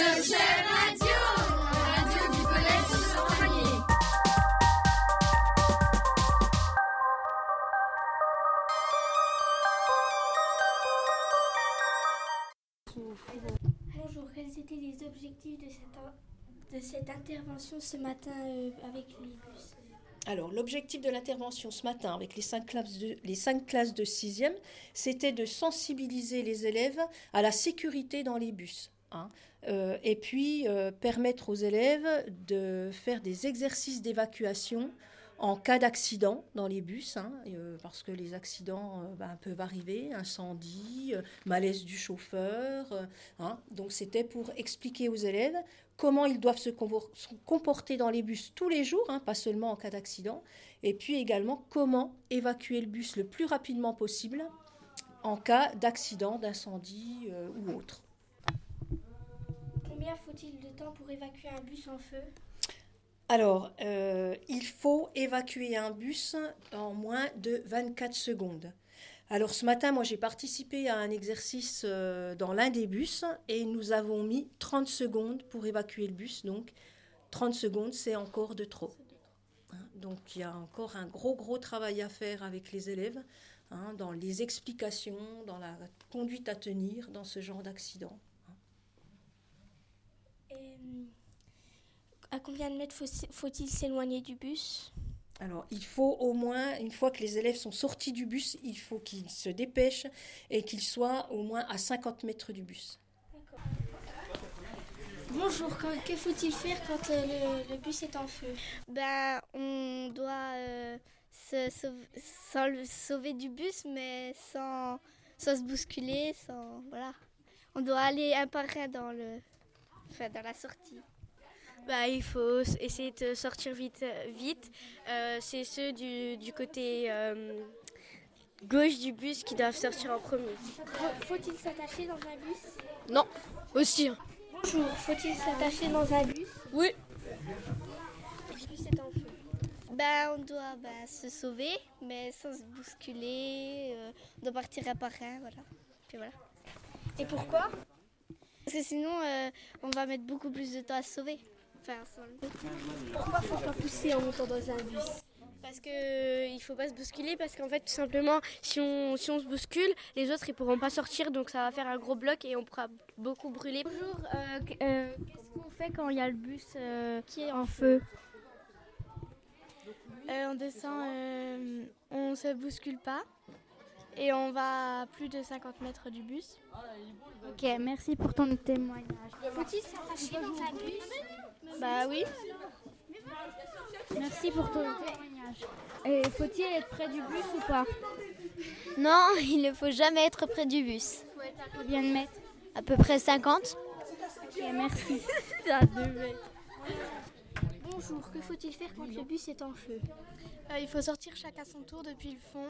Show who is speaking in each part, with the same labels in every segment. Speaker 1: Sujet Radio, la radio du collège Saint-Panier.
Speaker 2: Bonjour, quels étaient les objectifs de cette, in- de cette intervention ce matin euh, avec les bus
Speaker 3: Alors, l'objectif de l'intervention ce matin avec les cinq classes de, les cinq classes de 6e, c'était de sensibiliser les élèves à la sécurité dans les bus. hein. Euh, et puis, euh, permettre aux élèves de faire des exercices d'évacuation en cas d'accident dans les bus, hein, et, euh, parce que les accidents euh, ben, peuvent arriver, incendie, euh, malaise du chauffeur. euh, hein. Donc, c'était pour expliquer aux élèves comment ils doivent se, convo- se comporter dans les bus tous les jours, hein, pas seulement en cas d'accident, et puis également comment évacuer le bus le plus rapidement possible en cas d'accident, d'incendie euh, ou autre.
Speaker 2: Combien faut-il de temps pour évacuer un bus en feu
Speaker 3: Alors, euh, il faut évacuer un bus en moins de 24 secondes. Alors ce matin, moi j'ai participé à un exercice euh, dans l'un des bus et nous avons mis 30 secondes pour évacuer le bus. Donc 30 secondes, c'est encore de trop. Hein, Donc il y a encore un gros gros travail à faire avec les élèves hein, dans les explications, dans la conduite à tenir dans ce genre d'accident.
Speaker 2: Et, hum, À combien de mètres faut- faut-il s'éloigner du bus
Speaker 3: Alors, il faut au moins, une fois que les élèves sont sortis du bus, il faut qu'ils se dépêchent et qu'ils soient au moins à 50 mètres du bus.
Speaker 2: Bonjour, que, faut-il faire quand euh, le, bus est en feu
Speaker 4: Ben, on doit euh, se sauver, sans le sauver du bus, mais sans, sans se bousculer, sans voilà. On doit aller un par un dans le, enfin, dans la sortie.
Speaker 5: Bah, il faut s- essayer de sortir vite. euh, vite. Euh, c'est ceux du, du côté euh, gauche du bus qui doivent sortir en premier.
Speaker 2: Faut-il s'attacher dans un bus
Speaker 5: Aussi. hein.
Speaker 2: Bonjour, faut-il s'attacher dans un bus
Speaker 5: Oui.
Speaker 2: Le bus est en feu.
Speaker 4: Ben, on doit ben, se sauver, mais sans se bousculer. euh, on doit partir un par un, voilà. Puis voilà.
Speaker 2: Et pourquoi
Speaker 4: Parce que sinon, euh, on va mettre beaucoup plus de temps à se sauver. Enfin, sans le-
Speaker 2: Pourquoi faut pas pousser en montant dans un bus
Speaker 5: Parce que euh, il faut pas se bousculer parce qu'en fait tout simplement si on, si on se bouscule les autres ils pourront pas sortir donc ça va faire un gros bloc et on pourra beaucoup brûler.
Speaker 6: Bonjour, euh, qu- euh, qu'est-ce qu'on fait quand il y a le bus euh, qui est en feu Euh, On descend, euh, on se bouscule pas et on va à plus de 50 mètres du bus. Ok, merci pour ton témoignage.
Speaker 2: Faut-il s'attacher dans un bus
Speaker 6: Bah oui. Merci pour ton témoignage. Et faut-il être près du bus ou pas
Speaker 7: Non, il ne faut jamais être près du bus.
Speaker 6: Combien de mètres
Speaker 7: À peu près 50.
Speaker 6: Ok, merci.
Speaker 2: Bonjour, que faut-il faire quand le bus est en feu
Speaker 5: Euh,
Speaker 6: il faut sortir chacun son tour depuis le fond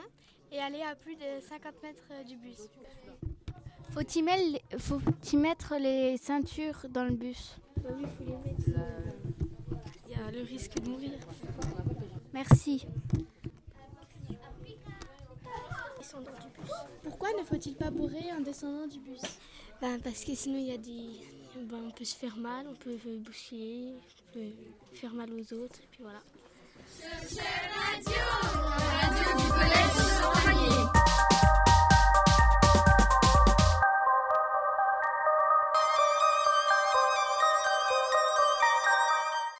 Speaker 6: et aller à plus de 50
Speaker 5: euh,
Speaker 6: mètres du bus.
Speaker 8: Faut y mettre, faut y mettre les ceintures dans le bus.
Speaker 5: Il y a le risque de mourir.
Speaker 8: Merci.
Speaker 6: Pourquoi ne faut-il pas bourrer en descendant du bus
Speaker 2: Ben parce que sinon il y a des. ben, on peut se faire mal, on peut se bousiller, on peut faire mal aux autres, et puis voilà.
Speaker 1: Sujet Radio, la radio du collège